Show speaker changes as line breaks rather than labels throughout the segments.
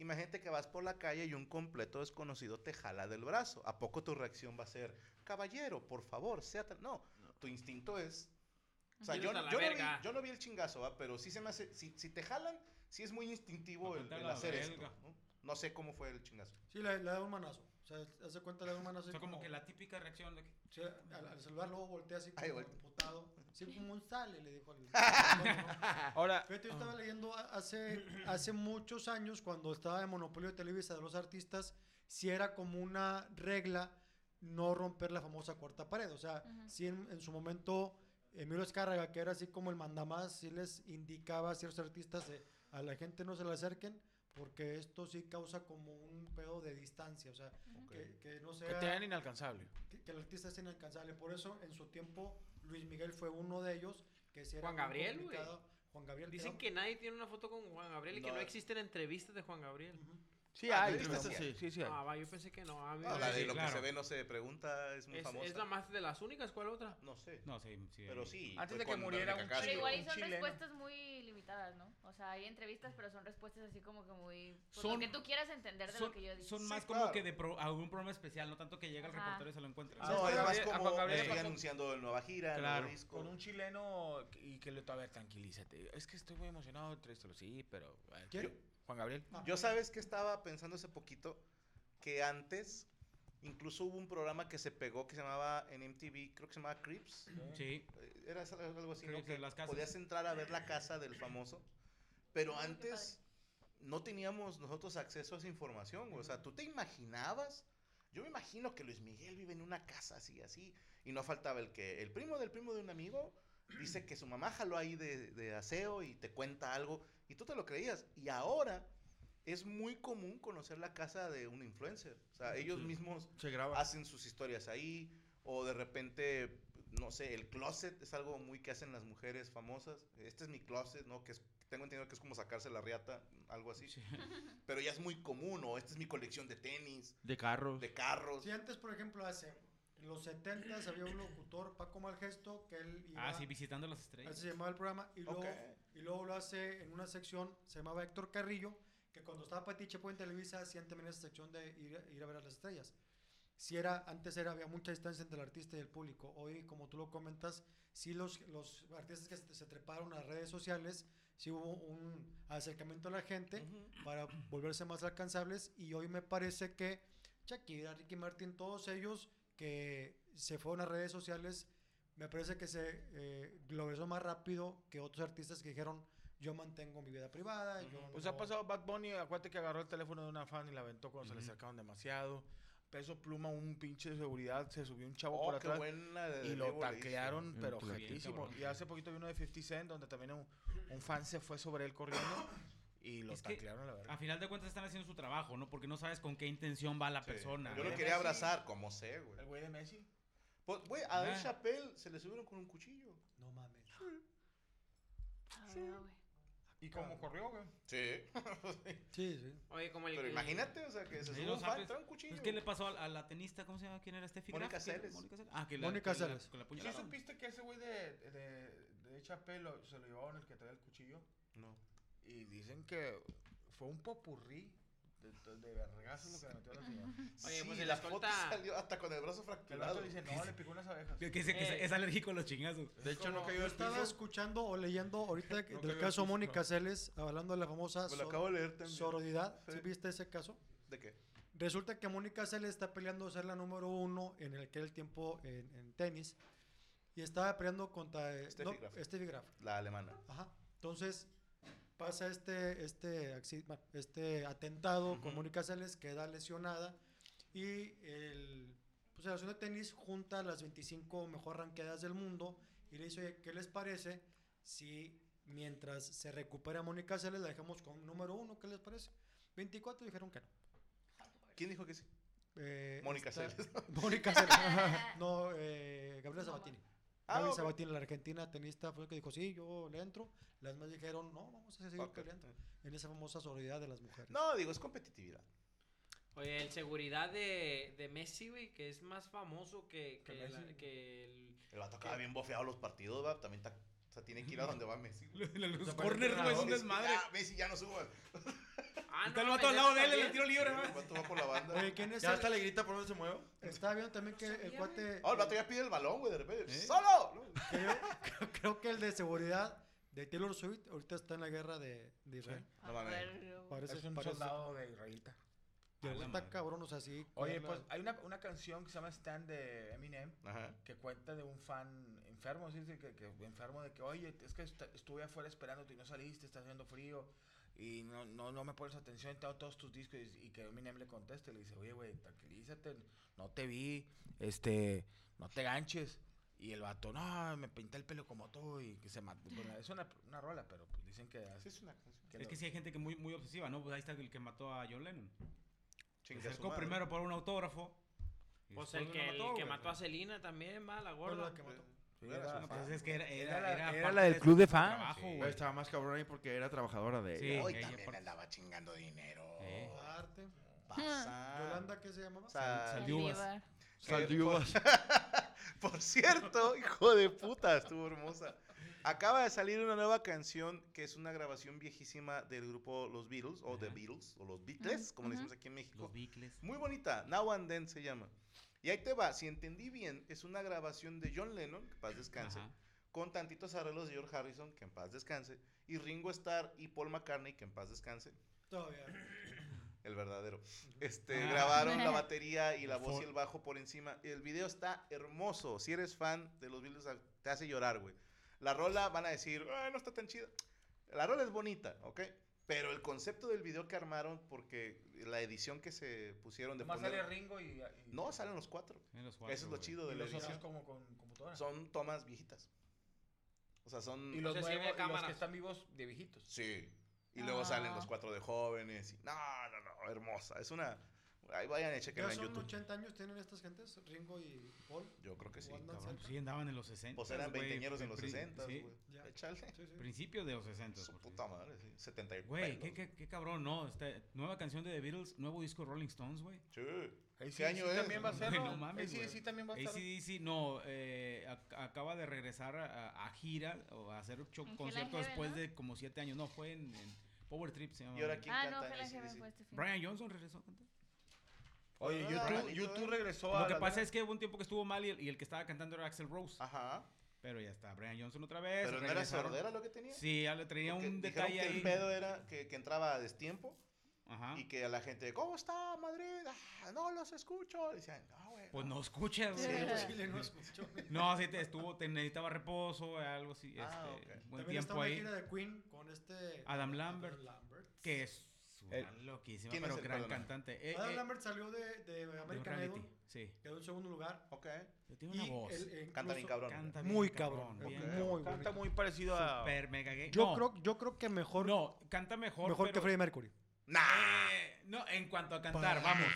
Imagínate que vas por la calle y un completo desconocido te jala del brazo. ¿A poco tu reacción va a ser, caballero, por favor, sea tan... No, tu instinto es... O sea, yo,
Dios a la
yo no vi,
verga.
yo no vi el chingazo, ¿va? pero sí se me hace... Si, si te jalan, sí es muy instintivo el,
Vete a
el
la
hacer esto.
verga.
¿no? No sé cómo fue el chingazo.
Sí, le, le da un manazo. O sea, hace cuenta, le da un manazo.
O sea,
y
como que la típica reacción de que...
sí, al, al celular luego voltea así
Ay,
como
güey.
emputado. Sí, como un sale, le dijo al. bueno,
ah,
¿no?
Ahora,
Fíjate, yo estaba leyendo a- hace, hace muchos años, cuando estaba en Monopolio de Televisa de los artistas, si era como una regla no romper la famosa cuarta pared. O sea, si en, en su momento Emilio Escárraga, que era así como el mandamás, sí les indicaba a ciertos artistas de, a la gente no se le acerquen, porque esto sí causa como un pedo de distancia. O sea, que, que no sea
que te dan inalcanzable.
que, que el artista es inalcanzable. Por eso, en su tiempo, Luis Miguel fue uno de ellos. Que sí era
Juan
muy
Gabriel, güey.
complicado. Juan Gabriel.
Dicen
¿no?
que nadie tiene una foto con Juan Gabriel y que
No.
no existen entrevistas de Juan Gabriel.
Sí
Ah,
hay,
pero
sí,
sí
sí,
hay.
sí, sí hay.
Ah, va, yo pensé que no. a mí
No,
me
la de
parece-
lo
claro.
que se ve no se pregunta, es muy
es,
famosa.
es la más de las únicas, ¿cuál otra?
No sé,
No, sí, sí.
pero sí.
Antes
fue
de que
con
muriera
Verónica
un
Castro,
Pero igual y
un
son
chileno.
respuestas muy limitadas, ¿no? O sea, hay entrevistas, pero son respuestas así como que muy... Por
Son-
lo que tú quieras entender de
Son,
lo que yo digo.
son
Sí,
más
claro.
como que de pro- a un programa especial, no tanto que llega el
Ajá.
reportero y se lo encuentra.
Ah,
No,
Juan
es más
Gabriel- a Juan
como
Gabriel
estoy
le pasó-
anunciando nueva gira,
Claro,
nuevo disco.
con un chileno que- y que le todavía tranquilízate. Es que estoy muy emocionado, trístelo, sí, pero. a ver,
¿Quién?
yo- Juan Gabriel.
Yo sabes que estaba pensando hace poquito que antes incluso hubo un programa que se pegó que se llamaba en MTV, creo que se llamaba Crips.
Sí.
eh, Era esa- algo así,
Creo
¿no?
que
Que
las casas.
podías entrar a ver la casa del famoso. Pero antes no teníamos nosotros acceso a esa información, güey. O sea, tú te imaginabas. Yo me imagino que Luis Miguel vive en una casa así, así. Y no faltaba el que el primo del primo de un amigo dice que su mamá jaló ahí de, de aseo y te cuenta algo. Y tú te lo creías. Y ahora es muy común conocer la casa de un influencer. O sea, ellos mismos
Se graba.
hacen sus historias ahí o de repente no sé el closet es algo muy que hacen las mujeres famosas este es mi closet no que es- tengo entendido que es como sacarse la riata algo así pero ya es muy común o esta es mi colección de tenis
De carros.
de carros
Si antes, por ejemplo, hace en los 70 había un locutor, Paco Malgesto, que él iba,
Ah, sí, visitando las
así
estrellas.
se llamaba el programa, y luego,
Ok.
y luego lo hace en una sección, se llamaba Héctor Carrillo, que cuando estaba Pati Chapoy en Televisa hacían también esa sección de ir, a- ir a ver a las estrellas. Si era, antes era, había mucha distancia entre el artista y el público. Hoy, como tú lo comentas, sí los, los artistas que se, se treparon a redes sociales, sí hubo un acercamiento a la gente
Ujú.
para volverse más alcanzables y hoy me parece que Shakira, Ricky Martin, todos ellos que se fueron a redes sociales, me parece que se eh, globalizó más rápido que otros artistas que dijeron yo mantengo mi vida privada, yo
Ujú.
Pues
no-
ha pasado Bad Bunny, acuérdate que agarró el teléfono de una fan y la aventó cuando se le
Ujú.
acercaron demasiado. Peso pluma, un pinche de seguridad, se subió un chavo
Oh,
por
qué
atrás.
buena de-
Y
de
lo
Diego le hizo.
taclearon,
Mm,
pero
pues, bien,
jetísimo.
cabrón.
Y hace poquito vi uno de 50 Cent, donde también un, un fan se fue sobre él corriendo y lo
Es que-
taclearon, la verdad.
A final de cuentas están haciendo su trabajo, ¿no? Porque no sabes con qué intención va la
Sí.
persona.
yo
¿eh?
lo quería abrazar como sé güey
El güey de Messi.
Pues, güey a Dave
Ah.
Chappelle se le subieron con un cuchillo
no mames.
Ah, no, güey.
Y como corrió, güey.
Sí.
Sí, sí.
Oye, como el.
Pero
el-
imagínate, o sea, que se
Sí,
sube
no
un fan,
sabes.
trae un cuchillo.
Pues, ¿Qué le pasó a, la- a la tenista? ¿Cómo se llama? ¿Quién era Steffi Graf?
Mónica
¿Quién era?
Seles.
Mónica Celes. Ah, que la,
Mónica
que la-
Seles.
Con la
¿Sí
puñalada.
supiste que ese güey de, de, de Chappelle lo- se lo llevaron el que traía el cuchillo?
No.
Y dicen que fue un popurrí de, de, de vergazos lo que le metió a la señora.
Oye, pues
Sí,
el
la foto
escolta-
salió hasta con el brazo
El vato
fracturado.
dice, no, le picó unas abejas.
Que, que dice que
Eh.
es alérgico a los chingazos.
De hecho, no cayó
Yo
al
estaba
piso.
escuchando o leyendo ahorita
No
del
cayó
caso
al piso,
Mónica
no.
Celes, hablando de la famosa
Me lo
sor-
acabo de leer también.
sordidad.
Sí.
¿Sí viste ese caso?
¿De qué?
Resulta que Mónica Celes está peleando ser la número uno en aquel tiempo en, en tenis. Y estaba peleando contra eh,
Steffi
no,
Graf.
Steffi Graf.
La alemana.
Ajá. Entonces pasa este, este, acci- bueno, este atentado con
Ujú.
Mónica Celes, queda lesionada y el, pues, la Asociación de Tenis junta las 25 mejor ranqueadas del mundo y le dice, oye, ¿qué les parece si mientras se recupera Mónica Celes la dejamos con número uno? ¿Qué les parece? 24 dijeron que no.
¿Quién dijo que sí?
Eh,
Mónica
está-
Celes.
Mónica Celes. no, eh, Gabriela Sabatini.
Ah,
Gaby
ok.
Sabatini, la argentina tenista, fue la que dijo, sí, yo le entro. Las más dijeron, no, vamos a seguir
Ok.
peleando en esa famosa sororidad de las mujeres.
No, digo, es competitividad.
Oye, el seguridad de, de Messi, güey, que es más famoso que, que,
Messi?
la- que el.
El vato acaba bien bofeado los partidos, va. También ta- o sea, tiene que ir a donde va Messi. güey.
Los
sea,
corners, güey, Pues es un
Dice,
desmadre.
Ya, Messi ya no suba.
Ah,
Está el
mames,
vato al
¿neta
lado de él en
también?
el tiro libre,
El
güey.
vato va por la banda.
Oye, ¿quién es
Ya
el-
hasta le grita por dónde se mueve.
Estaba viendo también que el cuate...
Oh, el vato ya pide el balón, güey, de repente.
¿Eh?
¡Solo!
que yo- creo que el de seguridad de Taylor Swift ahorita está en la guerra de, de Israel.
No mames.
Parece,
Es un
parece-
soldado de Israelita.
y el
A la
está
madre.
cabrón, o sea, sí.
Oye,
cuidarla.
pues hay una, una canción que se llama Stand de Eminem
Ajá.
que cuenta de un fan enfermo, ¿sí? Sí, que, que enfermo de que, oye, es que est- estuve afuera esperándote y no saliste, está haciendo frío y no, no, no me pones atención, tengo todos tus discos y, y que Eminem le conteste, le dice, oye, güey, tranquilízate, no te vi, este, no te ganches. Y el vato, no, me pinté el pelo como tú y que se mató. Bueno, es una, una rola, pero pues, dicen que...
Sí, es una canción.
que
Es
lo-
que sí hay gente que muy, muy obsesiva, ¿no? Pues ahí está el que mató a John Lennon. Se
Chinga su
acercó
madre.
primero por un autógrafo. y
Pues
después
el
lo
que, el que
güey.
mató a Celina también, va, la
Fue
gorda.
la que mató.
Sí,
Era
era-
su
No, pues es que era,
Era
era,
la-
era
era
parte
la del
su
club de fans.
trabajo,
Sí.
güey.
Estaba más cabrón ahí porque era trabajadora de
Sí,
ella.
Hoy
ella
también
eh, por- Eh.
andaba chingando dinero.
Sí.
Arte.
Pasa.
Yolanda, ¿qué se llamaba?
O sea,
Sal-
Saldivas.
Saldivas.
Saldiuvas.
Por cierto, hijo de puta, estuvo hermosa. Acaba de salir una nueva canción que es una grabación viejísima del grupo Los Beatles, o The
Ajá.
Beatles, o Los Beatles, como le
ujú.
decimos aquí en México.
Los bicles.
Muy bonita, Now and Then se llama. Y ahí te va, si entendí bien, es una grabación de John Lennon, que en paz descanse,
Ajá.
con tantitos arreglos de George Harrison, que en paz descanse, y Ringo Starr y Paul McCartney, que en paz descanse,
Todavía.
el verdadero. Este,
Ah.
grabaron la batería y la voz
For-
y el bajo por encima. El video está hermoso. Si eres fan de los Beatles, a- te hace llorar, güey. La rola van a decir, "Ah, no está tan chida. La rola es bonita, ¿ok? Pero el concepto del video que armaron, porque la edición que se pusieron de
Nomás
poner-
sale Ringo y... y-
No, salen los cuatro.
En los cuatro,
Eso es lo
güey.
chido de
y
la
los otros
edición.
como con computadora.
Son tomas viejitas. O sea, son...
Y los,
O sea, sí
nuevos-
había
y los
cámaras.
que están vivos de viejitos.
Sí. Y luego
Ah.
salen los cuatro de jóvenes. y- No, no, no, hermosa. Es una... Ahí vayan a
¿Ya
chequenla en
son
YouTube.
80 años tienen estas gentes? Ringo y Paul.
Yo creo que sí.
Wanda.
Cabrón, pues sí, andaban en los 60.
Pues eran
güey,
veinteñeros en
pri-
los 60,
sí,
güey.
Ya.
Échale.
Sí, sí.
Principios de los 60.
Su
porque-
puta madre, sí. 70 y
Güey,
pelos.
qué, qué, qué cabrón, ¿no? Esta nueva canción de The Beatles, nuevo disco de Rolling Stones, güey.
Sí.
Ahí sí,
¿Qué año
sí
es?
también va a ser,
Güey,
¿no?
no mames,
Ahí sí,
güey.
sí también va a estar.
ACDC, no, eh, ac- acaba de regresar a, a gira o a hacer show,
En
concierto
Hell and
después
Heaven,
de como siete años. No, fue en, en Power Trip, se llama.
¿Y ahora quién
Ah, no,
canta?
que la
Sí, sí,
jefe
sí.
fue este fin.
Brian Johnson regresó a cantar.
Oye,
Ah,
YouTube,
manito,
YouTube
eh.
regresó a
Lo que
la-
pasa es que hubo un tiempo que estuvo mal y el, y el que estaba cantando era Axel Rose.
Ajá.
Pero ya está, Brian Johnson otra vez.
Ah. Pero no era
regresaron.
sordera lo que tenía.
Sí, ya le traía
Porque
un
dijeron
detalle
que
ahí. Ah.
el pedo era que, que entraba a destiempo
Ajá.
y que a la gente, ¿cómo está Madrid? Ah, no los escucho. Decían, no, güey.
Pues
no".
no escucha, güey.
Chile no escuchó.
No, sí, te estuvo, te necesitaba reposo, algo así.
Ah,
este,
ok.
Buen
También está
tiempo
una
ahí.
gira de Queen con este...
Adam Lambert.
Lambert.
Que es una
El-
loquísima,
¿Quién
pero
es el
gran
perdón?
cantante. Eh,
Adam
eh,
Lambert salió de, de
de un
American
reality,
Idol.
sí.
Quedó en segundo lugar.
Ok.
Pero Tiene una
Y
voz.
él, eh,
Canta bien
incluso-
cabrón.
Canta bien
Muy cabrón.
bien.
ok.
Muy
Canta
bonito.
muy parecido a...
Super mega gay.
Yo,
no,
creo, yo creo que mejor,
No, canta mejor.
Eh, mejor que
pero-
Freddie Mercury.
Nah.
Eh, no, en cuanto a cantar, vamos.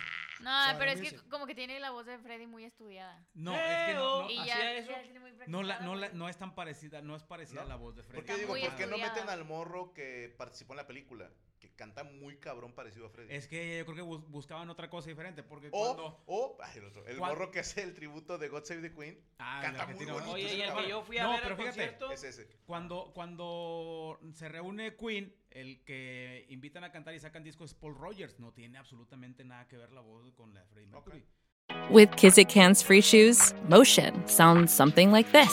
No,
Sabe,
pero es
me
que
dice.
como que tiene la voz de Freddy muy estudiada.
No, es que no, no,
Y
así
ya-
es.
ya es muy pues.
No, la-
practicada,
no, la-
güey.
no es tan parecida, no es parecida a la voz de Freddy.
Porque digo,
muy
¿por qué no
estudiada.
meten al morro que participó en la película? Que canta muy cabrón parecido a Freddy.
Es que yo creo que bus- buscaban otra cosa diferente, porque
O,
cuando...
o ay, el, otro, el
¿Cuál?
morro que hace el tributo de God Save the Queen.
Ah, el
canta muy
argentino,
bonito.
¿verdad?
Oye,
ese
y el
cabrón.
que yo fui a
No,
ver
pero
al
fíjate,
concierto.
Es ese.
Cuando, cuando se reúne Queen, el que invitan a cantar y sacan disco es Paul Rogers. No tiene absolutamente nada que ver la voz con la de Freddie Mercury.
With Kizik Hands Free Shoes, motion sounds something like this.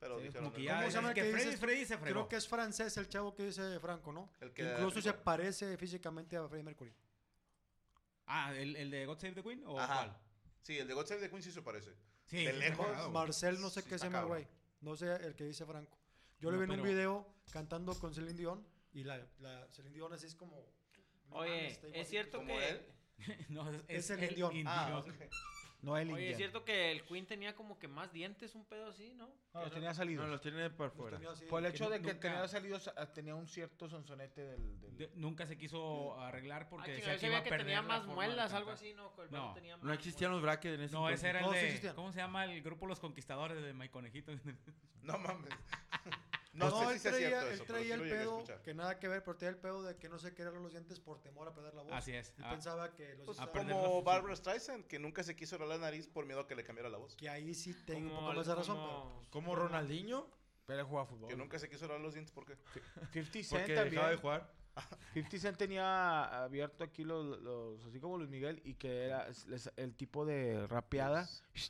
Pero dijeron,
Sí, como
no,
que ya
no,
es
no,
llama el
que
que
Freddy,
dices?
Freddy se fregó.
Creo que es francés el chavo que dice Franco, ¿no?
El que-
Que incluso se parece físicamente a Freddie Mercury.
Ah, ¿el, el de God Save the Queen o
Ajá.
cuál?
Sí, el de God Save the Queen sí se parece.
Sí,
de
sí,
lejos.
Ah, güey.
Marcel, no sé
Sí,
qué
está
se llama, el
cabrón.
güey. No sé el que dice Franco. Yo
No,
lo vi en un
pero-
video cantando con Celine Dion y la, la Celine Dion así es como. no
Oye,
mames, está
es
igualito.
cierto
¿Como
que.
él?
No, es,
Es el
el
indio.
indio.
Ah, ok.
No el
Oye, es
indio.
cierto que el Queen tenía como que más dientes, un pedo así, ¿no?
No,
Que
los
era-
tenía
No,
salidos.
los tiene por
Los
fuera.
Pues tenía así.
Por el
que
hecho
nu-
de que
nunca-
tenía salidos, ah, tenía un cierto sonsonete del. del-
De- nunca se quiso arreglar
Ah,
porque
chinga,
decía
yo
que iba
sabía
a
que
perder
tenía
la
más
forma de
muelas, algo
cantar.
así, ¿no? Que el
No.
vato tenía
No
más
existían
muelas.
los brackets en ese
No, ese era el
No, sí
de...
existían.
¿Cómo se llama el grupo Los Conquistadores de My Conejito?
No mames.
No,
No, sé
él
si sea
traía,
cierto
él
eso, pero sí
traía
lo
el
llegué a
pedo,
escuchar.
que nada que ver, pero traía el pedo de que no se quería arreglar los dientes por temor a perder la voz.
Así es.
Él
Ah.
pensaba que los
Pues
A
estaba-
perder la
como
fusión.
Barbara Streisand, que nunca se quiso arreglar la nariz por miedo a que le cambiara la voz.
Que ahí sí tengo un
Como
poco
el-
más de razón, pero.
como-
Como Ronaldinho, pero él jugaba fútbol.
Que nunca se quiso arreglar los dientes porque
50 Cent
Porque
también.
dejaba de jugar.
50 Cent tenía abierto aquí los, los- así como Luis Miguel, y que era es- les- el tipo de rapeada.
Pues,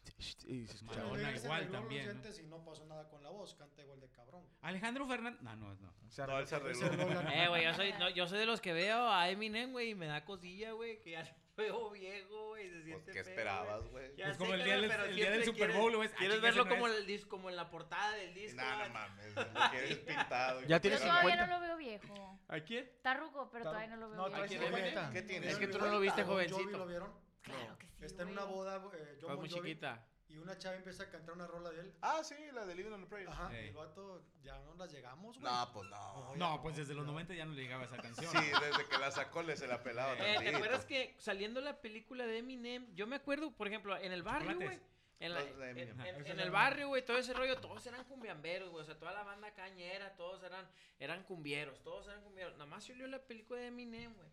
Y se escuchaba.
Madonna.
Él se
Pues igual
arregló los
también, ¿no?
dientes y no pasó nada con la voz, canta igual de cabrón.
Alejandro Fernández... No, no, no.
O sea,
No, él se
Se arregló
arregló.
la-
Eh, güey, yo soy, no, yo soy de los que veo a Eminem, güey, y me da cosilla, güey, que ya lo veo viejo, güey, se
Pues,
siente
¿Qué
feo,
esperabas, güey?
güey. Ya
Pues
sé,
como el día
carnal,
del-
pero
el día del
siempre
Super Bowl,
quieres-
güey, ah,
Quieres
chinga, ese
verlo
no
como,
es.
el disco, como en la portada del disco.
Nah, no
güey.
mames. Lo quieres pintado. y con
Ya
Yo
tienes
cara-
todavía
50.
no lo veo viejo.
¿A quién?
Está ruco, pero
Está-
todavía no lo veo
no,
veo
trae
viejo.
¿Quién es?
50.
¿Qué
¿No
tienes?
Es que tú
vieron
no lo
Este
viste
Bon Jovi,
jovencito.
¿Lo vieron?
Claro que sí,
Está en
güey.
una boda, eh, John
Estás
Bon
muy
Jovi,
chiquita.
y una chava empieza a cantar una rola de él.
Ah, sí, la de Living on a Prayer.
Ajá,
Sí.
y el vato, ya no las llegamos, güey. Ah,
No, pues no.
No, pues desde los 90 ya no le llegaba esa canción.
Sí, desde que la sacó le se la pelaba.
Eh, ¿Te
tantito.
acuerdas que saliendo la película de Eminem, yo me acuerdo, por ejemplo, en el barrio, güey.
Chocolates.
En, la-
Los de
en-
Eminem.
en-
Ajá,
en
esos
el
eran-
barrio, güey, todo ese rollo, todos eran cumbiamberos, güey. O sea, toda la banda cañera, todos eran, eran cumbieros, todos eran cumbieros. Nada más salió la película de Eminem, güey.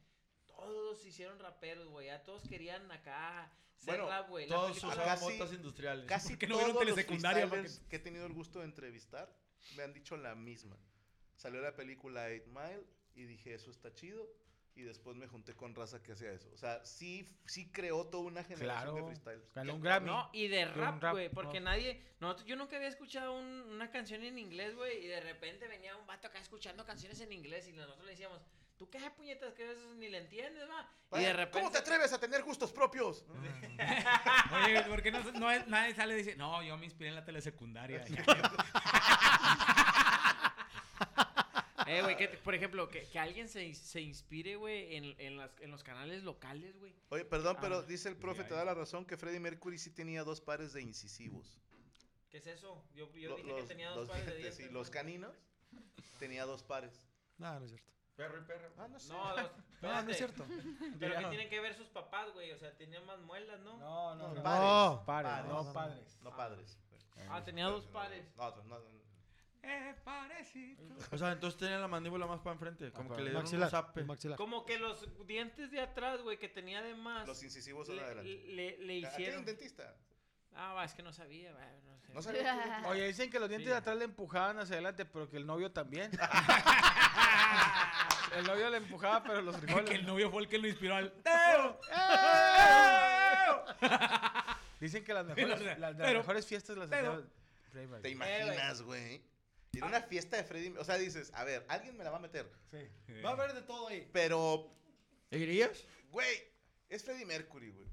Todos se hicieron raperos, güey. Ya todos querían acá ser
Bueno,
rap, güey. La
Todos
película-
usaban
usaban
casi-
motos industriales.
Casi
¿Por qué no
todos
vieron
los
telesecundaria? Porque-
freestylers que he tenido el gusto de entrevistar me han dicho la misma. Salió la película Eight Mile y dije, eso está chido. Y después me junté con raza que hacía eso. O sea, sí, sí creó toda una generación de
Claro.
freestylers.
Ganó un Grammy.
No, y de
un
rap,
rap,
güey, porque
no.
nadie, no, yo nunca había escuchado un- una canción en inglés, güey, y de repente venía un vato acá escuchando canciones en inglés y nosotros le decíamos, ¿tú qué puñetas que eso ni le entiendes, va? Y de repente...
¿Cómo te atreves a tener gustos propios?
Oye, ¿por qué no, no es- nadie sale y dice, no, yo me inspiré en la telesecundaria?
Eh, güey, que te- por ejemplo, que, que alguien se, se inspire, güey, en, en, las- en los canales locales, güey.
Oye, perdón, pero
Ah,
dice el profe, te da la razón que Freddie Mercury sí tenía dos pares de incisivos.
¿Qué es eso? Yo, yo
Lo-
dije que tenía dos
los
pares de
dientes,
dientes.
y los caninos tenía dos pares.
No, no es cierto.
Perro y perro.
Ah, no sé.
No, los...
No, no
espérate,
es cierto.
Pero que tienen que ver sus papás, güey, o sea, tenían más muelas, ¿no?
No, no, no.
Padres.
No.
Padres,
Padres.
no padres.
No padres.
Ah, tenía dos pares.
No, no, no, no.
Eh, parece.
O sea, entonces tenía la mandíbula más para enfrente. Como
Ajá.
que le dieron un
Maxilar.
zape.
maxilar.
Como que los dientes de atrás, güey, que tenía de más.
Los incisivos son
le,
adelante.
le- le
¿A ti eres
hicieron.
dentista?
Ah, va, es que no sabía. va, no sé.
No sabía. Oye, dicen que los dientes
Sí.
de atrás le empujaban hacia adelante, pero que el novio también. el novio le empujaba, pero los frijoles.
Que el novio fue el que lo inspiró al.
Dicen que las mejores, las, las
Pero-
mejores fiestas las
pero-
hacía Freddie Mercury.
¿Te imaginas, güey? En
Ah.
una fiesta de Freddy. O sea, dices, a ver, alguien me la va a meter.
Sí. Va a haber de todo ahí.
Pero.
¿Irías?
Güey, es Freddie Mercury, güey.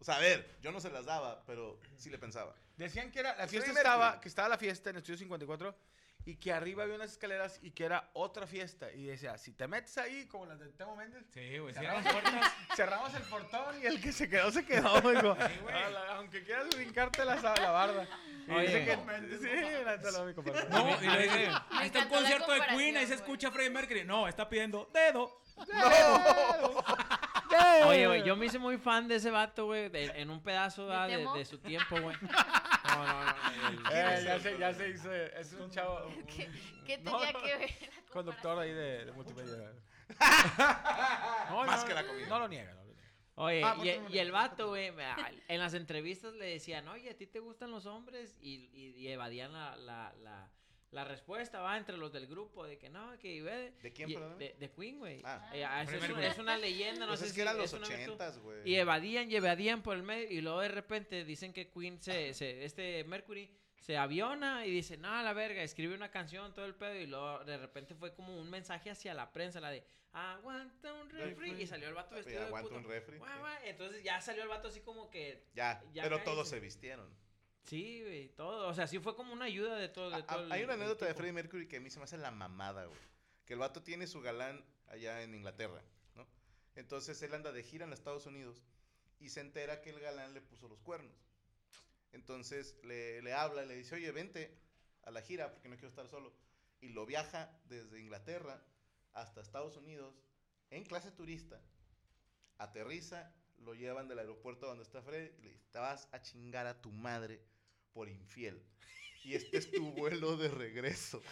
O sea, a ver, yo no se las daba, pero sí le pensaba.
Decían que era la
Es
fiesta
Freddie Mercury.
estaba, que estaba la fiesta en el estudio 54 y que arriba había unas escaleras y que era otra fiesta y decía, si te metes ahí como las de Temo Méndez,
Sí, güey,
cerramos,
Pues cierran puertas.
cerramos el portón y el que se quedó se quedó, güey. como, "A la- aunque quieras brincarte la, sa- la barda. Y
Oye.
dice que sí, la te lo mi compadre.
No, y le dice, ahí está un
encantó la
concierto de Queen, ahí
comparación,
se escucha Freddie Mercury. No, está pidiendo dedo.
Oye, güey, yo me hice muy fan de ese vato, güey, de- en un pedazo ¿verdad? de,
Temo?
de su tiempo, güey. No, no, no.
Eh, ya, se, ya se hizo, es un chavo, un
¿Qué, qué
No,
tenía
no.
que ver la comparación?
conductor ahí de, de multimedia. No,
Más
no,
que la comida.
No lo niega, no lo niega.
Oye,
Ah,
y,
pues,
porque no
y
le-
el vato, güey, me- en las entrevistas le decían, oye, ¿a ti te gustan los hombres? Y, y- y evadían la, la, la, la respuesta, va, entre los del grupo, de que no, que... güey,
¿De quién,
y-
perdón?
De, de Queen, güey.
Ah.
Eh, ah, eso es,
Freddie
un-
Mercury.
es una leyenda, no
Pues
sé
es
si
que eran
es
los
una virtud.
ochentas, güey.
Y evadían y evadían por el medio. Y luego de repente dicen que Queen se, se- este Mercury se aviona y dice, no, a la verga, escribe una canción, todo el pedo. Y luego de repente fue como un mensaje hacia la prensa, la de aguanta un refri. Y salió el vato
Oye,
vestido de
aguanta
puto.
un refri,
Guau,
sí.
guau. Entonces ya salió el vato así como que.
Ya,
Ya
pero
caí,
todos
sí.
se vistieron.
Sí, güey, todo. O sea, sí fue como una ayuda de todo. de
Ah,
todo el-
Hay una
el
anécdota de
tipo.
Freddie Mercury que a mí se me hace la mamada, güey. Que el vato tiene su galán allá en Inglaterra, ¿no? Entonces él anda de gira en Estados Unidos y se entera que el galán le puso los cuernos. Entonces le, le habla, le dice, oye, vente a la gira porque no quiero estar solo. Y lo viaja desde Inglaterra hasta Estados Unidos en clase turista. Aterriza, lo llevan del aeropuerto donde está Freddy y le dice, te vas a chingar a tu madre por infiel. Y este es tu vuelo de regreso.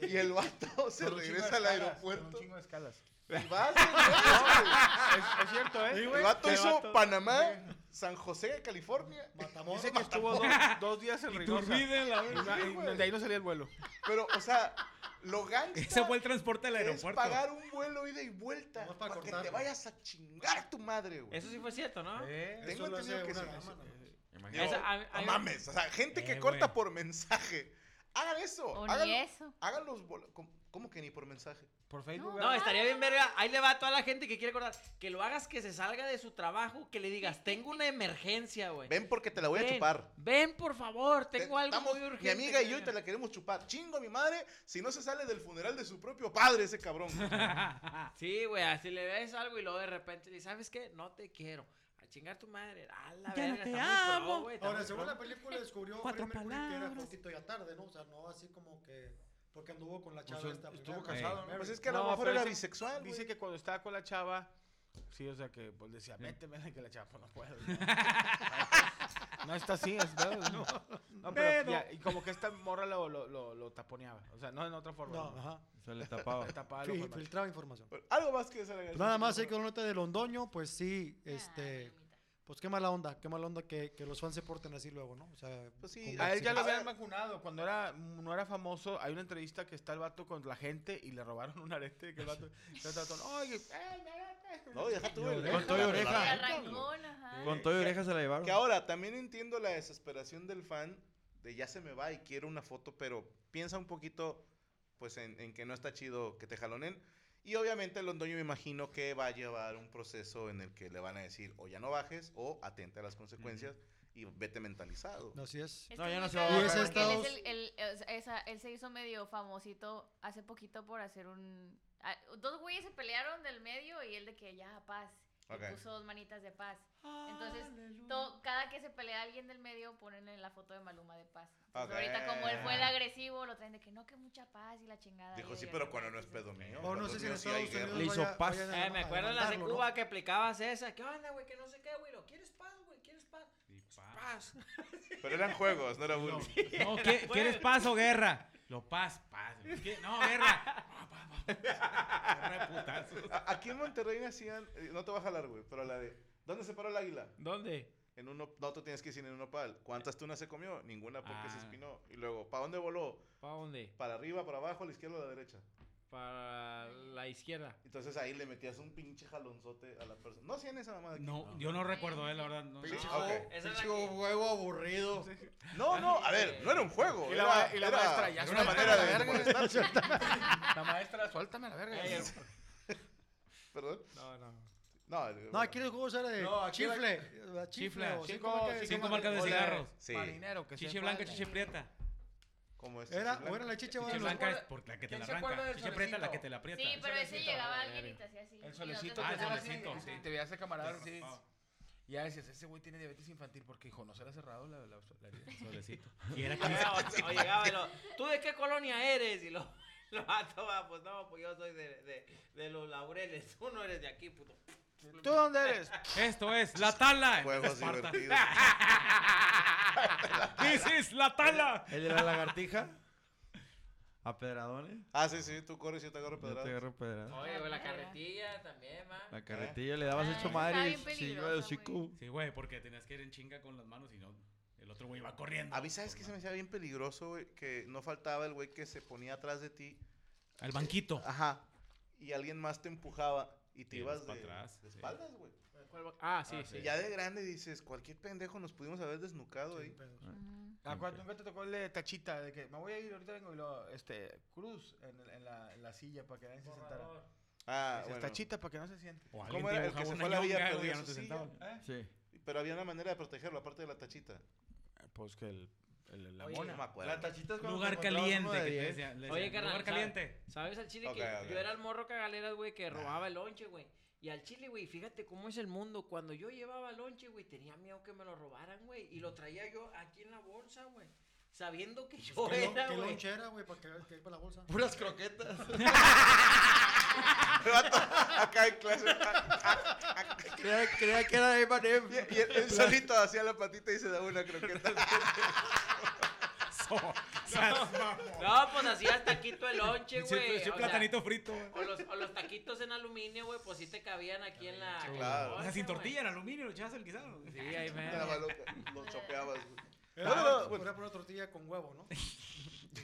Y el vato se
Con un chingo de
regresa al
escalas, Con
aeropuerto.
un chingo de escalas.
Y va hacia atrás, güey.
Es, es cierto, ¿eh?
El vato hizo Panamá, San José, California.
Matamoros.
Dice que estuvo dos, dos días en Reynosa.
Iturbide, la
Y
verga.
na- y
güey.
de ahí no salía el vuelo.
Pero, o sea, lo gangsta
Ese fue el transporte del
es
aeropuerto.
pagar un vuelo ida y vuelta
Nomás
para
para
que te
cortarlo.
vayas a chingar a tu madre, güey.
Eso sí fue cierto, ¿no?
Eh,
Tengo entendido que sí.
Imagínate.
Digo,
Esa- a-
no
a-
mames, o sea, gente que
Eh,
corta
güey.
por mensaje. Hagan eso.
O
hagan,
ni eso.
hagan los bolos. ¿Cómo, cómo que ni por mensaje?
Por Facebook.
No, estaría bien verga. Ahí le va a toda la gente que quiere acordar. Que lo hagas que se salga de su trabajo, que le digas, tengo una emergencia, güey.
Ven porque te la voy a chupar.
Ven, por favor,
Te-
tengo algo
estamos-
muy urgente.
Mi amiga y
que
yo y te
hacer".
la queremos chupar. Chingo a mi madre si no se sale del funeral de su propio padre ese cabrón.
Sí, güey, así le ves algo y luego de repente le dices, ¿sabes qué? No te quiero. A chingar tu madre. A la
Ya no
verga,
te
está muy pro,
amo.
güey, está
Ahora,
muy
según
pro.
la película descubrió
Cuatro
Freddie Mercury que era
palabras.
cortito ya tarde, ¿no? O sea, no así como que porque anduvo con la
Pues,
chava esta
estuvo
primera,
casado,
con
¿no?
Mary.
Pues es que a lo
No,
mejor
pero
era
dice-
bisexual.
Dice
güey.
que cuando estaba con la chava, sí, o sea, que pues, decía, vete, vete, que la chava, pues no puedo. No, No está así, es pedo. No, No, pero
Pedo.
ya, y como que esta morra lo, lo, lo, lo taponeaba. O sea, no en otra forma.
No,
No,
ajá.
Se le tapaba.
Le tapaba el
Fil-
ojo al macho.
filtraba información.
Pero Algo más que esa
Pues nada más hay que una nota de Londoño, pues sí,
Ah,
este, pues qué mala onda, qué mala onda que, que los fans se porten así luego, ¿no? O sea,
Pues sí,
como
A él ya lo
A ver.
habían vacunado. Cuando era, no era famoso, hay una entrevista que está el vato con la gente y le robaron un arete. Que el vato, el vato, oye, eh, me arete".
No, deja tú el-
Con todo y
la-
oreja.
la-
Arrancón, ajá.
Con todo y orejas se la llevaron.
Que ahora también entiendo la desesperación del fan de ya se me va y quiero una foto, pero piensa un poquito pues en, en que no está chido que te jalonen. Y obviamente Londoño me imagino que va a llevar un proceso en el que le van a decir o ya no bajes o atente a las consecuencias y vete mentalizado.
Así es.
Es
No,
que
ya
es
no
muy
se va a
cagado
borrar.
porque Este, él es
Estados-
el- el- o sea, esa- Él se hizo medio famosito hace poquito por hacer un... ah, Dos güeyes se pelearon del medio y él de que ya, paz. Y
Ok.
puso dos manitas de paz. Entonces, to- cada que se pelea alguien del medio, ponen en la foto de Maluma de paz. Entonces,
Ok.
Ahorita, como él fue el agresivo, lo traen de que no, que mucha paz y la chingada.
Dijo,
Yo
sí,
digo,
pero cuando no es
manches,
pedo mío.
O no
cuando
sé
es
si en
mío, sí hay
Estados Unidos
Le hizo
vaya-
paz.
vayan a-
Eh, me
a
acuerdo las de
demandarlo, ¿no?
Cuba que aplicabas esa. ¿Qué onda, güey? Que no sé qué, güey. ¿Lo quieres paz, güey? ¿Quieres paz?
Y pa-
Paz.
Pero eran juegos, no era bullying.
No, ¿qué- ¿quieres paz o guerra? Lo paz, paz. ¿Qué? No, guerra. Ah, pa, pa. Guerra de putazos.
A- Aquí en Monterrey hacían, eh, no te voy a jalar, güey, pero la de, ¿dónde se paró el águila?
¿Dónde?
en un nop- noto tienes que decir en un nopal. ¿Cuántas tunas se comió? Ninguna porque se
Ah.
espinó. Y luego, ¿para dónde voló?
¿Para dónde?
Para arriba, para abajo, a la izquierda o a la derecha.
Para la izquierda.
Entonces ahí le metías un pinche jalonzote a la persona. No hacían esa mamada. aquí?
No, yo no recuerdo, eh, la verdad. No,
Pinche
Ah,
juego-
ok.
Esa
pinche juego aburrido.
No, no, a ver, no era un juego.
Y la,
era-
ma- y la
era-
maestra, ya
era una
suéltame
manera
la
de
verga.
molestarte.
La maestra, suéltame la verga.
Ey, Perdón.
No, no.
No,
No, aquí el juego era de
No, aquí la-
chifle. Chifle.
Chifla,
o
cinco, cinco marcas de
o la-
cigarros.
Sí.
Marinero, que
chiche
se
blanca,
cuadre.
chiche prieta.
Como es.
Era, o era la chicha o
Chiche
era la-
blanca es
acuerda-
por la que te
quién
la
se acuerda
arranca.
del
Chiche prieta la que
solecito?
te la aprieta.
Sí, pero ese
solecito,
llegaba
la
alguien y
verga.
te hacía así.
El solecito
Ah,
que
el
te hacía
solecito,
así,
sí.
te veías de camarada.
Te
sí,
raspaba.
Y ya decías, ese güey tiene diabetes infantil porque dijo, no será cerrado la, la, la herida.
Solecito. Y era que
Llegaba otro, o llegaba y lo, ¿tú de qué colonia eres? Y lo, lo vato, va, pues no, pues yo soy de, de, de los laureles. Tú no eres de aquí, puto.
¿Tú dónde eres?
Esto es La Tala.
Juegos
Esparta.
divertidos.
This is La Tala.
¿El de la lagartija? ¿A pedradones?
Ah, sí, sí, tú corres y yo te agarro
Yo te
pedradas.
agarro pedradas.
Oye, güey, la carretilla también, man.
La carretilla le dabas
Ah,
hecho
eso
madre
está
y
bien
se iba de
peligroso,
hocico.
Sí, güey, porque tenías que ir en chinga con las manos y no. El otro güey iba corriendo.
A mí, ¿sabes qué se me hacía bien peligroso, güey? Que no faltaba el güey que se ponía atrás de ti.
Al banquito.
Ajá. Y alguien más te empujaba y te
Y
ibas
ibas pa'
de,
atrás,
de
sí.
espaldas, güey.
Ah, sí,
Ah,
sí.
Y ya de grande dices, cualquier pendejo nos pudimos haber desnucado ahí.
Acuérdate, nunca te tocó el de tachita, de que me voy a ir, ahorita vengo y lo, este, cruz en, en la, en la silla para que nadie se sentara.
Ah,
Dices,
bueno.
Tachita para que no se siente.
O alguien
¿Cómo
te
era el que
dibujaba
se
una
fue a la villa
ñonga,
perdió
güey, ya
su
no te
silla? ¿Eh?
sentaban.
Sí.
Pero había una manera de protegerlo, aparte de la tachita.
Pues que el, el, la
Oye,
mona.
No me acuerdo.
tachita
Lugar caliente. Que te decía, le
Oye,
decían,
carnal,
Lugar
¿sabes?
caliente.
¿Sabes al chile
Ok,
que
ok.
yo era el morro cagaleras, güey, que robaba el lonche, güey? Y al chile, güey, fíjate cómo es el mundo. Cuando yo llevaba lonche, güey, tenía miedo que me lo robaran, güey. Y lo traía yo aquí en la bolsa, güey. Sabiendo
Pues,
que yo
¿Qué, lo-
era,
qué
güey.
lonchera, güey? Para que, que para la bolsa.
Puras croquetas.
Acá en clase. ah,
creía, creía que era de Emanem.
Y y él, él solito hacía la patita y se daba una croqueta.
Ah, So- so-
No, pues hacías taquito el lonche,
Sí,
güey.
sí,
o sea,
platanito frito. güey.
O los, o los taquitos en aluminio, güey, pues sí te cabían aquí en la.
claro.
O sea, sin
bolsa,
tortilla, en aluminio, lo echabas al guisado.
güey. Sí, ahí me.
Nada más lo, lo chopeabas, güey.
Era,
Bueno,
una-
bueno.
era una tortilla con huevo, ¿no?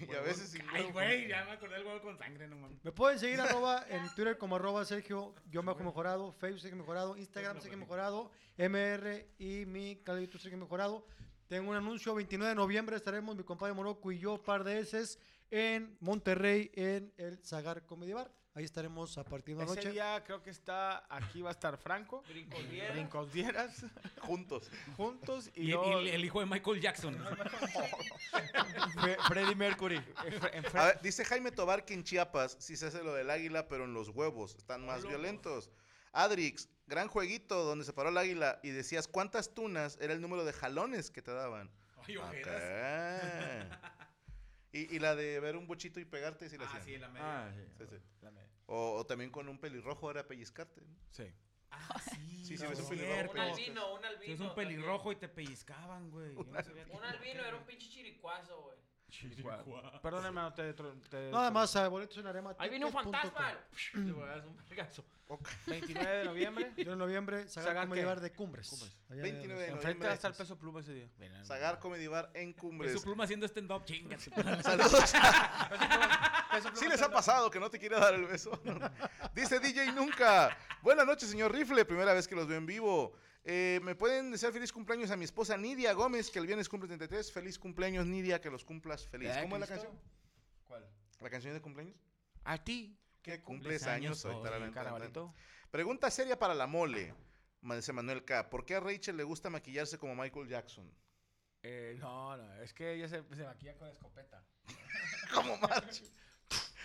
Y a veces sin
Ay,
huevo.
güey, ya me acordé del huevo con sangre, no mames.
Me pueden seguir arroba en Twitter como arroba Sergio, yo bajo mejorado, Facebook Sergio mejorado, Instagram Sergio mejorado, MR y mi canal de YouTube Sergio mejorado. Tengo un anuncio, 29 de noviembre estaremos mi compadre Morocco y yo, par de heces, en Monterrey, en el Zagar Comedy Bar. Ahí estaremos a partir de la
Ese
noche.
día creo que está, aquí va a estar Franco.
Brincos dieron.
Brincos Dieras,
Juntos.
juntos y,
Y, y
yo.
el, el hijo de Michael Jackson.
Fre- Freddie Mercury. En Fre- en Fre-
A ver, dice Jaime Tobar que en Chiapas sí se hace lo del águila, pero en los huevos están más violentos. Adrix, gran jueguito donde se paró el águila y decías cuántas tunas era el número de jalones que te daban.
Ay, ojeras. Ah,
Acá. Y, y la de ver un bochito y pegarte, sí la
Ah,
hacían.
sí, la media.
Ah,
Sí, sí.
La me-
O, o también con un pelirrojo era pellizcarte. ¿no?
Sí.
Ah, sí.
Sí, sí,
no,
ves un
es
pelirrojo,
cierto.
Un albino, un albino.
Si es un pelirrojo y te pellizcaban, güey. Yo no sabía que-
Un albino era un pinche chiricuazo, güey.
Perdón, hermano, te. tro- te-
Nada más, a boletos en arema.
Ahí vino un
tickets punto com.
fantasma. Le voy a dar un vergazo.
29 de noviembre.
29 de noviembre, Zagar
¿Zagar
Comedy
qué?
Bar de Cumbres.
Cumbres.
Allá de-
29 de
Enfrente va a estar
noviembre.
peso pluma ese día.
Sagar Comedy Bar en
Y
Cumbres.
su pluma haciendo stand-up, chingas.
Saludos.
Peso pluma
Sí les ha
stand-up.
pasado que no te quiere dar el beso. Dice DJ Nunca. Buenas noches, señor Rifle. Primera vez que los veo en vivo. Eh, Me pueden desear feliz cumpleaños a mi esposa Nidia Gómez, que el viernes cumple 33. Feliz cumpleaños, Nidia, que los cumplas feliz.
Eh,
¿Cómo es la
Cristo.
canción?
¿Cuál?
¿La canción de cumpleaños?
A ti.
Que cumples años hoy. tararán, tararán.
Carabalito.
Pregunta seria para la mole. ma- Dice Manuel K. ¿Por qué a Rachel le gusta maquillarse como Michael Jackson?
Eh, no, no, es que ella se, se maquilla con escopeta.
Como March.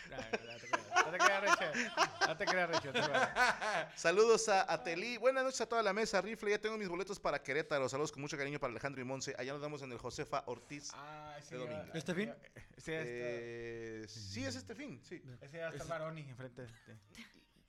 No, no, no te creas, no te creas, Rachel. No te creas, Rachel. no te creas.
Saludos a Ateli. Buenas noches a toda la mesa, Rifle. Ya tengo mis boletos para Querétaro. Saludos con mucho cariño para Alejandro y Monse. Allá nos vemos en el Josefa Ortiz.
Ah, sí.
De domingo.
¿Este fin?
Sí, este.
Eh, sí, es este fin, sí.
Ese va a estar Maroni enfrente de ti.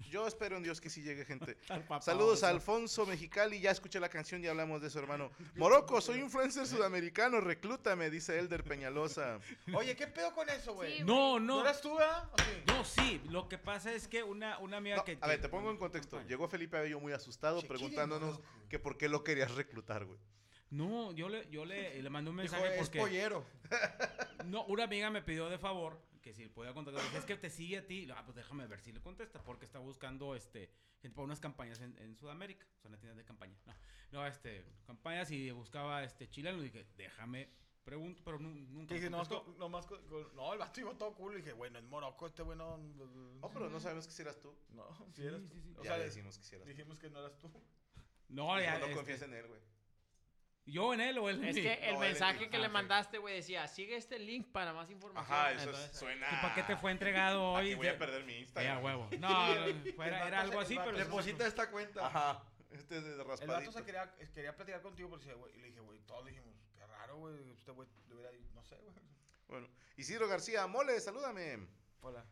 Yo espero en Dios que sí llegue gente.
Al papá,
Saludos a
oso.
Alfonso Mexicali, ya escuché la canción y hablamos de eso, hermano. Morocco, soy influencer sudamericano, reclútame, dice Elder Peñalosa.
Oye, ¿qué pedo con eso, güey?
Sí,
No,
¿No
no.
eras tú, ah? ¿O sí?
No, sí. Lo que pasa es que una, una amiga
No,
que.
a ver, te pongo en contexto. Llegó Felipe Abello muy asustado preguntándonos que por qué lo querías reclutar, güey.
No, yo le, yo le, le mandé un
Dijo,
mensaje
"Es
porque...
pollero".
No, una amiga me pidió de favor que si le podía contactar. Dije, es que te sigue a ti. Y le, Ah, pues déjame ver si le contesta porque está buscando, este, gente para unas campañas en, en Sudamérica. O sea, una tienda de campaña. No, no, este, campañas y buscaba, este, chileno. Y dije, déjame pregunto, pero nu- nunca
Dije,
me
no,
contestó.
co- nomás co- co- no, el vato iba todo cool. Dije, bueno, es Morocco, este bueno. No,
pero no sabemos que si eras tú.
No, si
Sí,
eras
sí,
tú.
sí. Ya
O sea,
le
de-
dijimos que sí eras tú.
Dijimos que no eras tú.
No, ya,
no
este-
confías en él, güey.
Yo en él o él en
Es
mí.
que el
No, él en
mensaje
mí.
que
Ah,
le
sí.
mandaste, güey, decía, sigue este link para más información.
Ajá, eso es-
Entonces,
suena-
¿Y para qué te fue entregado hoy?
Aquí Ah, voy a perder mi Instagram.
Ya, Eh, huevo. No, no, fuera-
El
era
vato
algo
se-
así,
el
pero...
vato se-
Deposita
esta cuenta.
Ajá. Este es de
El vato
raspadito.
se quería, eh, quería platicar contigo porque decía, güey, y le dije, güey, todos dijimos, qué raro, güey, este güey, le hubiera dicho, no sé, güey.
Bueno, Isidro García, mole, salúdame.
Hola.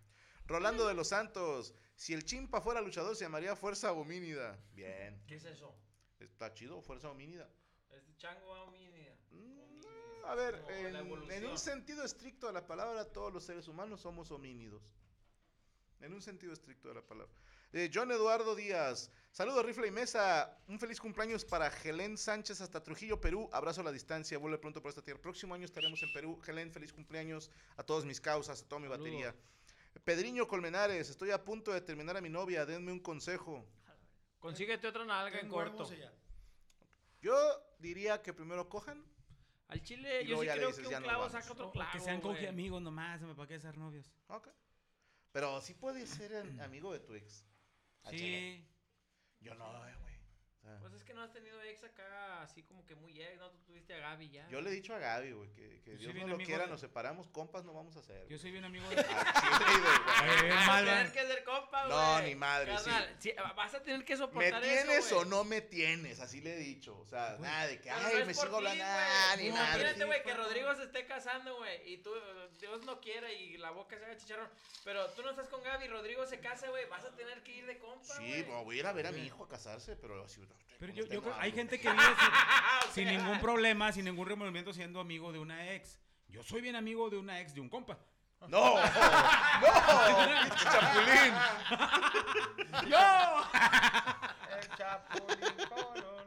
Rolando de los Santos, si el chimpa fuera luchador se llamaría Fuerza Homínida. Bien.
¿Qué es eso?
Está chido, Fuerza Homínida.
Este chango va a homínida.
Mm, A ver,
No,
en,
la
en
evolución.
un sentido estricto de la palabra, todos los seres humanos somos homínidos. En un sentido estricto de la palabra. Eh, John Eduardo Díaz, saludos Rifle y Mesa, un feliz cumpleaños para Gelén Sánchez hasta Trujillo, Perú, abrazo a la distancia, vuelve pronto por esta tierra. Próximo año estaremos en Perú. Gelén, feliz cumpleaños a todos mis causas, a toda mi batería. Pedriño Colmenares, estoy a punto de terminar a mi novia, denme un consejo.
Consíguete otra nalga en corto.
Yo diría que primero cojan.
Al chile, yo
Y luego
sí
ya le
creo
dices,
que
"Ya
un
nos
clavo
vamos".
saca otro
O- o
clavo.
Que sean
güey.
coge amigos nomás, hombre, ¿para qué ser novios?
Ok. Pero sí puedes ser am- amigo de tu ex. Al
Sí.
chile. Yo no, eh, güey. O sea,
Pues es que no has tenido ex acá, así como que muy ex, ¿no? Tú tuviste a Gaby ya.
yo le he dicho a Gaby, güey, que, que
Yo soy
Dios no
bien
lo
amigo
quiera,
de-
nos separamos, compas no vamos a hacer.
Yo soy bien amigo de...
Al chile, güey.
Ay, bien mal,
Tener
va.
Ah, que ser compa, güey.
No, ni madre, sí.
Carnal, Vas a tener que
¿Me
soportar eso,
tienes
güey.
o no me tienes? Así le he dicho. O sea, nada de que,
Pero
ay,
no es
me
por
sigo
ti,
hablando,
güey.
ah, ni
No,
madre.
Imagínate, güey, que Rodrigo se esté casando, güey, y tú, eh, Dios no quiera, y la boca se haga chicharrón. Pero tú no estás con Gaby, Rodrigo se casa, güey, vas a tener que ir de compa,
Sí,
güey.
bueno, voy a ir a ver a mi hijo a casarse, pero así. no,
Pero
no
yo, yo
tengo
creo hay
hambre.
gente que vive sin, sin ningún problema, sin ningún remordimiento siendo amigo de una ex. Yo soy bien amigo de una ex de un compa.
¡No! ¡No! ¡Chapulín!
¡Yo!
El chapulín colón.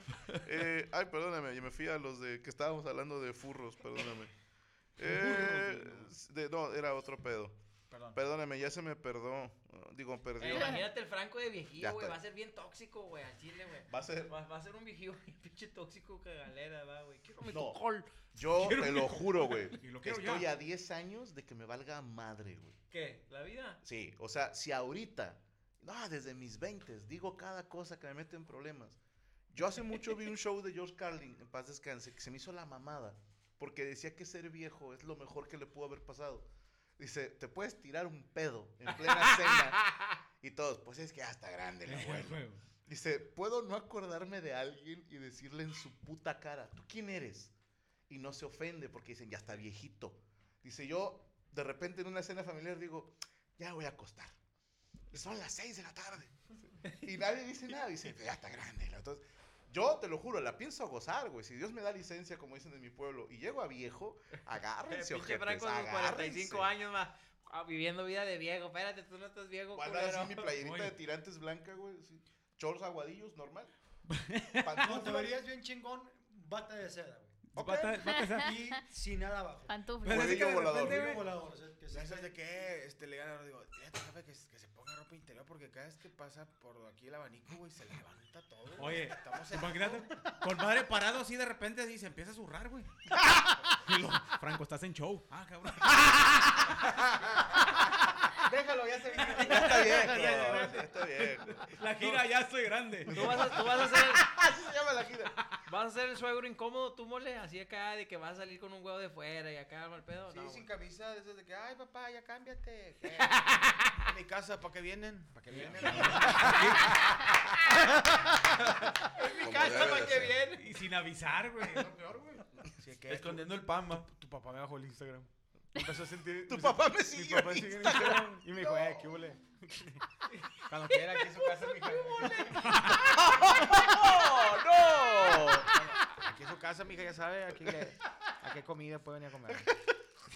Eh, ay, perdóname, yo me fui a los de que estábamos hablando de furros, perdóname. Eh, de- no, era otro pedo.
Perdón.
Perdóname, ya se me perdó. Digo, perdió.
Eh, imagínate el Franco de
Ya
viejío, güey,
está.
va a ser bien tóxico, güey, al chile, güey.
Va a ser-
Va, va a ser un viejío bien pinche tóxico que galera, va, güey. Quiero mi
No,
col.
yo
Quiero
te
mi
lo
col.
juro, güey.
Y lo
que
quiero ya.
Estoy a 10 años de que me valga madre, güey.
¿Qué? ¿La vida?
Sí, o sea, si ahorita, no, desde mis 20 digo cada cosa que me mete en problemas. Yo hace mucho vi un show de George Carlin, en paz descanse, que se me hizo la mamada, porque decía que ser viejo es lo mejor que le pudo haber pasado. Dice, te puedes tirar un pedo en plena cena y todos, pues es que ya está grande el abuelo. Dice, puedo no acordarme de alguien y decirle en su puta cara, ¿tú quién eres? Y no se ofende porque dicen, ya está viejito. Dice, yo de repente en una cena familiar digo, ya voy a acostar. Y Son las 6 de la tarde. Y nadie dice nada. Dice, "Pues ya está grande. Entonces, yo te lo juro, la pienso gozar, güey. Si Dios me da licencia, como dicen en mi pueblo, y llego a viejo,
pinche
agárrense, ojetes,
Franco de
agárrense.
45 años más. ah, viviendo vida de viejo. Espérate, tú no estás viejo,
Voy a andar
culero.
así mi playerita
Oye.
de tirantes blanca, güey. así. Shorts aguadillos, normal.
No, te
Pantuflas.
verías bien chingón, bata de seda, güey.
Bata- bata de seda.
Y sin nada abajo.
Pantuflas.
Pero es que de
volador.
repente, güey,
Huevillo volador, o sea, que se-
¿Sabes de qué? Este, le gana, digo, ya te jefe que, s- que se ponga ropa interior porque cada vez que pasa por aquí el abanico, güey, se levanta todo. güey.
Oye,
Estamos en-
imagínate, compadre parado así de repente así se empieza a zurrar, güey. Y lo, Franco, estás en show. Ah, cabrón.
Déjalo, ya se vino.
Ya está viejo.
Ya está
ya
grande.
está viejo.
La gira, ya estoy grande.
Tú vas a, tú vas a ser,
Así se llama la gira.
vas a ser el suegro incómodo, tú mole, así acá de que vas a salir con un huevo de fuera y acá mal pedo.
Sí,
no, güey.
sin camisa, de esas de que, ay, papá, ya cámbiate. ¿Qué? A mi casa, ¿para qué vienen? ¿Para qué vienen?
En mi
Como
casa,
debe
¿para
de
qué
ser.
viene?
Y sin avisar, güey. es lo peor, güey.
Sí, que-
Escondiendo el pama. Tu, tu papá me bajó el Instagram. Empezó a sentir.
Tu
mi-
papá me
mi
siguió
papá
en
sigue en Instagram. Y me dijo,
No.
eh, ¿qué huele? Cuando quiera, aquí en su casa, mija.
¡No! ¡No!
Aquí en su casa, mija, ya sabe a qué, le- a qué comida puede venir a comer.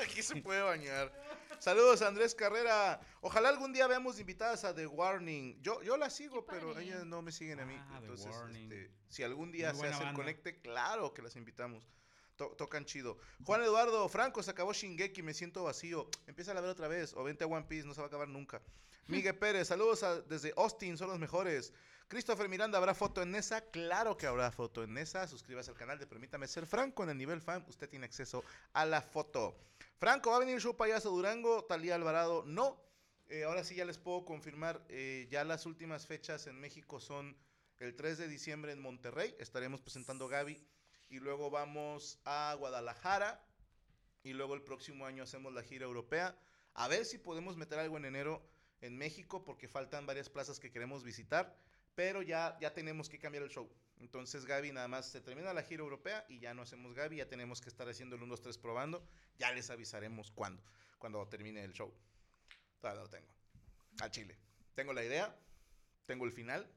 Aquí se puede bañar. Saludos a Andrés Carrera. Ojalá algún día veamos invitadas a The Warning. Yo, yo las sigo, pero ellas no me siguen a mí. Entonces, este, si algún día
Muy
se
buena
hacen
banda.
conecte, claro que las invitamos. To- tocan chido. Juan Eduardo, Franco, se acabó Shingeki, me siento vacío. Empieza a ver otra vez. O vente a One Piece, no se va a acabar nunca. Miguel Pérez, saludos a- desde Austin, son los mejores. Christopher Miranda, ¿habrá foto en esa? Claro que habrá foto en esa. Suscríbase al canal de Permítame Ser Franco en el nivel fan. Usted tiene acceso a la foto. Franco, ¿va a venir su payaso Durango? Talía Alvarado, no. Eh, ahora sí ya les puedo confirmar. eh, ya las últimas fechas en México son el 3 de diciembre en Monterrey. Estaremos presentando Gaby. Y luego vamos a Guadalajara. Y luego el próximo año hacemos la gira europea. A ver si podemos meter algo en enero en México, porque faltan varias plazas que queremos visitar. Pero ya, ya tenemos que cambiar el show. Entonces Gaby nada más se termina la gira europea y ya no hacemos Gaby, ya tenemos que estar haciendo el 1, 2, 3 probando. Ya les avisaremos cuándo, cuando termine el show. Todavía no lo tengo. Al Chile. Tengo la idea, tengo el final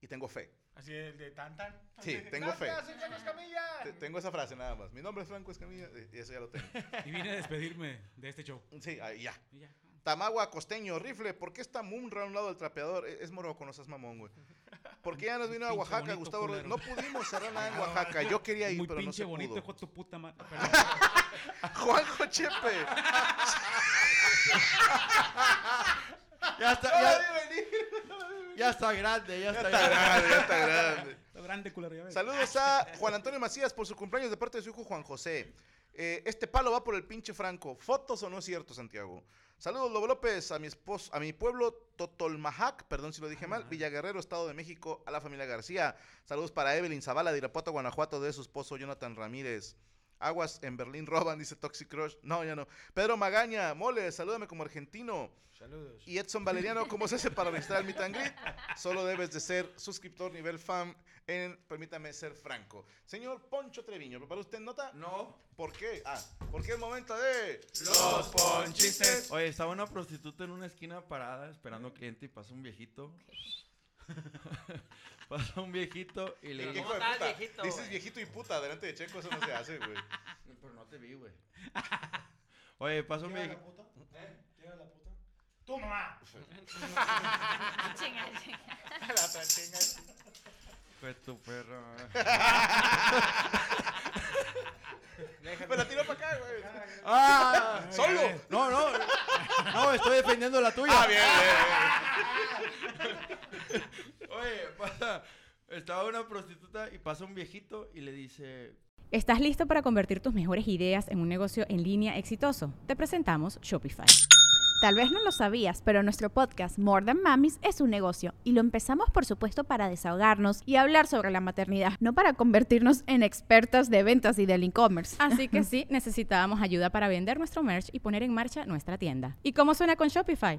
y tengo fe.
Así el de tan tan.
Sí, tengo fe.
Gracias, soy Carlos Camilla.
Te- Tengo esa frase nada más. Mi nombre es Franco Escamilla. eh, Y eso ya lo tengo.
Y vine a despedirme de este show.
Sí, ahí ya.
Y ya.
Tamagua Costeño, rifle, ¿por qué está Munra a un lado del trapeador? E- Es moroco, no seas mamón, güey. ¿Por qué ya nos vino a
Pinche
Oaxaca,
bonito
Gustavo Rodríguez? No
culero. Ah,
pudimos cerrar nada en Oaxaca. Yo quería ir,
Muy
pero no
pinche
se
bonito,
pudo.
hijo de tu puta madre.
Juanjo Chepe.
Ya está,
No
ya,
la vi venir.
ya está grande, ya está,
grande, Ah, ya está grande.
Lo grande, culero. ya ves.
Saludos a Juan Antonio Macías por su cumpleaños de parte de su hijo Juan José. Eh, este palo va por el pinche Franco. ¿Fotos o no es cierto, Santiago? Saludos, Lobo López, a mi esposo, a mi pueblo Totolmajac, perdón si lo dije mal, Villaguerrero, Estado de México, a la familia García. Saludos para Evelyn Zavala de Irapuato, Guanajuato, de su esposo Jonathan Ramírez. Aguas en Berlín roban, dice Toxic Crush. No, ya no. Pedro Magaña, mole, salúdame como argentino.
Saludos.
Y Edson Valeriano, ¿cómo se hace para registrar el meet and greet? Solo debes de ser suscriptor nivel fan en, permítame ser franco. Señor Poncho Treviño, ¿prepara usted nota?
No.
¿Por qué? Ah, porque es momento de...
Oye, estaba una prostituta en una esquina parada esperando cliente y pasa un viejito. pasa un viejito y le
¿Qué hijo de puta? Dices viejito y puta delante de Checo, eso no se hace, güey.
Pero no te vi, güey. Oye, pasa un
¿Quién era la
viejito.
puta? ¿Quién era la puta? ¡Tu mamá!
Chinga, chinga.
La otra chinga.
Pues tu perro.
Me la tiró para acá, güey.
¡Ah!
¡Solo!
No, no. No, estoy defendiendo la tuya.
Ah, bien,
Oye, pasa. Estaba una prostituta y pasa un viejito y le dice.
¿Estás listo para convertir tus mejores ideas en un negocio en línea exitoso? Te presentamos Shopify.
Tal vez no lo sabías, pero nuestro podcast More Than Mamis es un negocio y lo empezamos por supuesto para desahogarnos y hablar sobre la maternidad, no para convertirnos en expertas de ventas y del e-commerce.
Así que sí, necesitábamos ayuda para vender nuestro merch y poner en marcha nuestra tienda. ¿Y cómo suena con Shopify?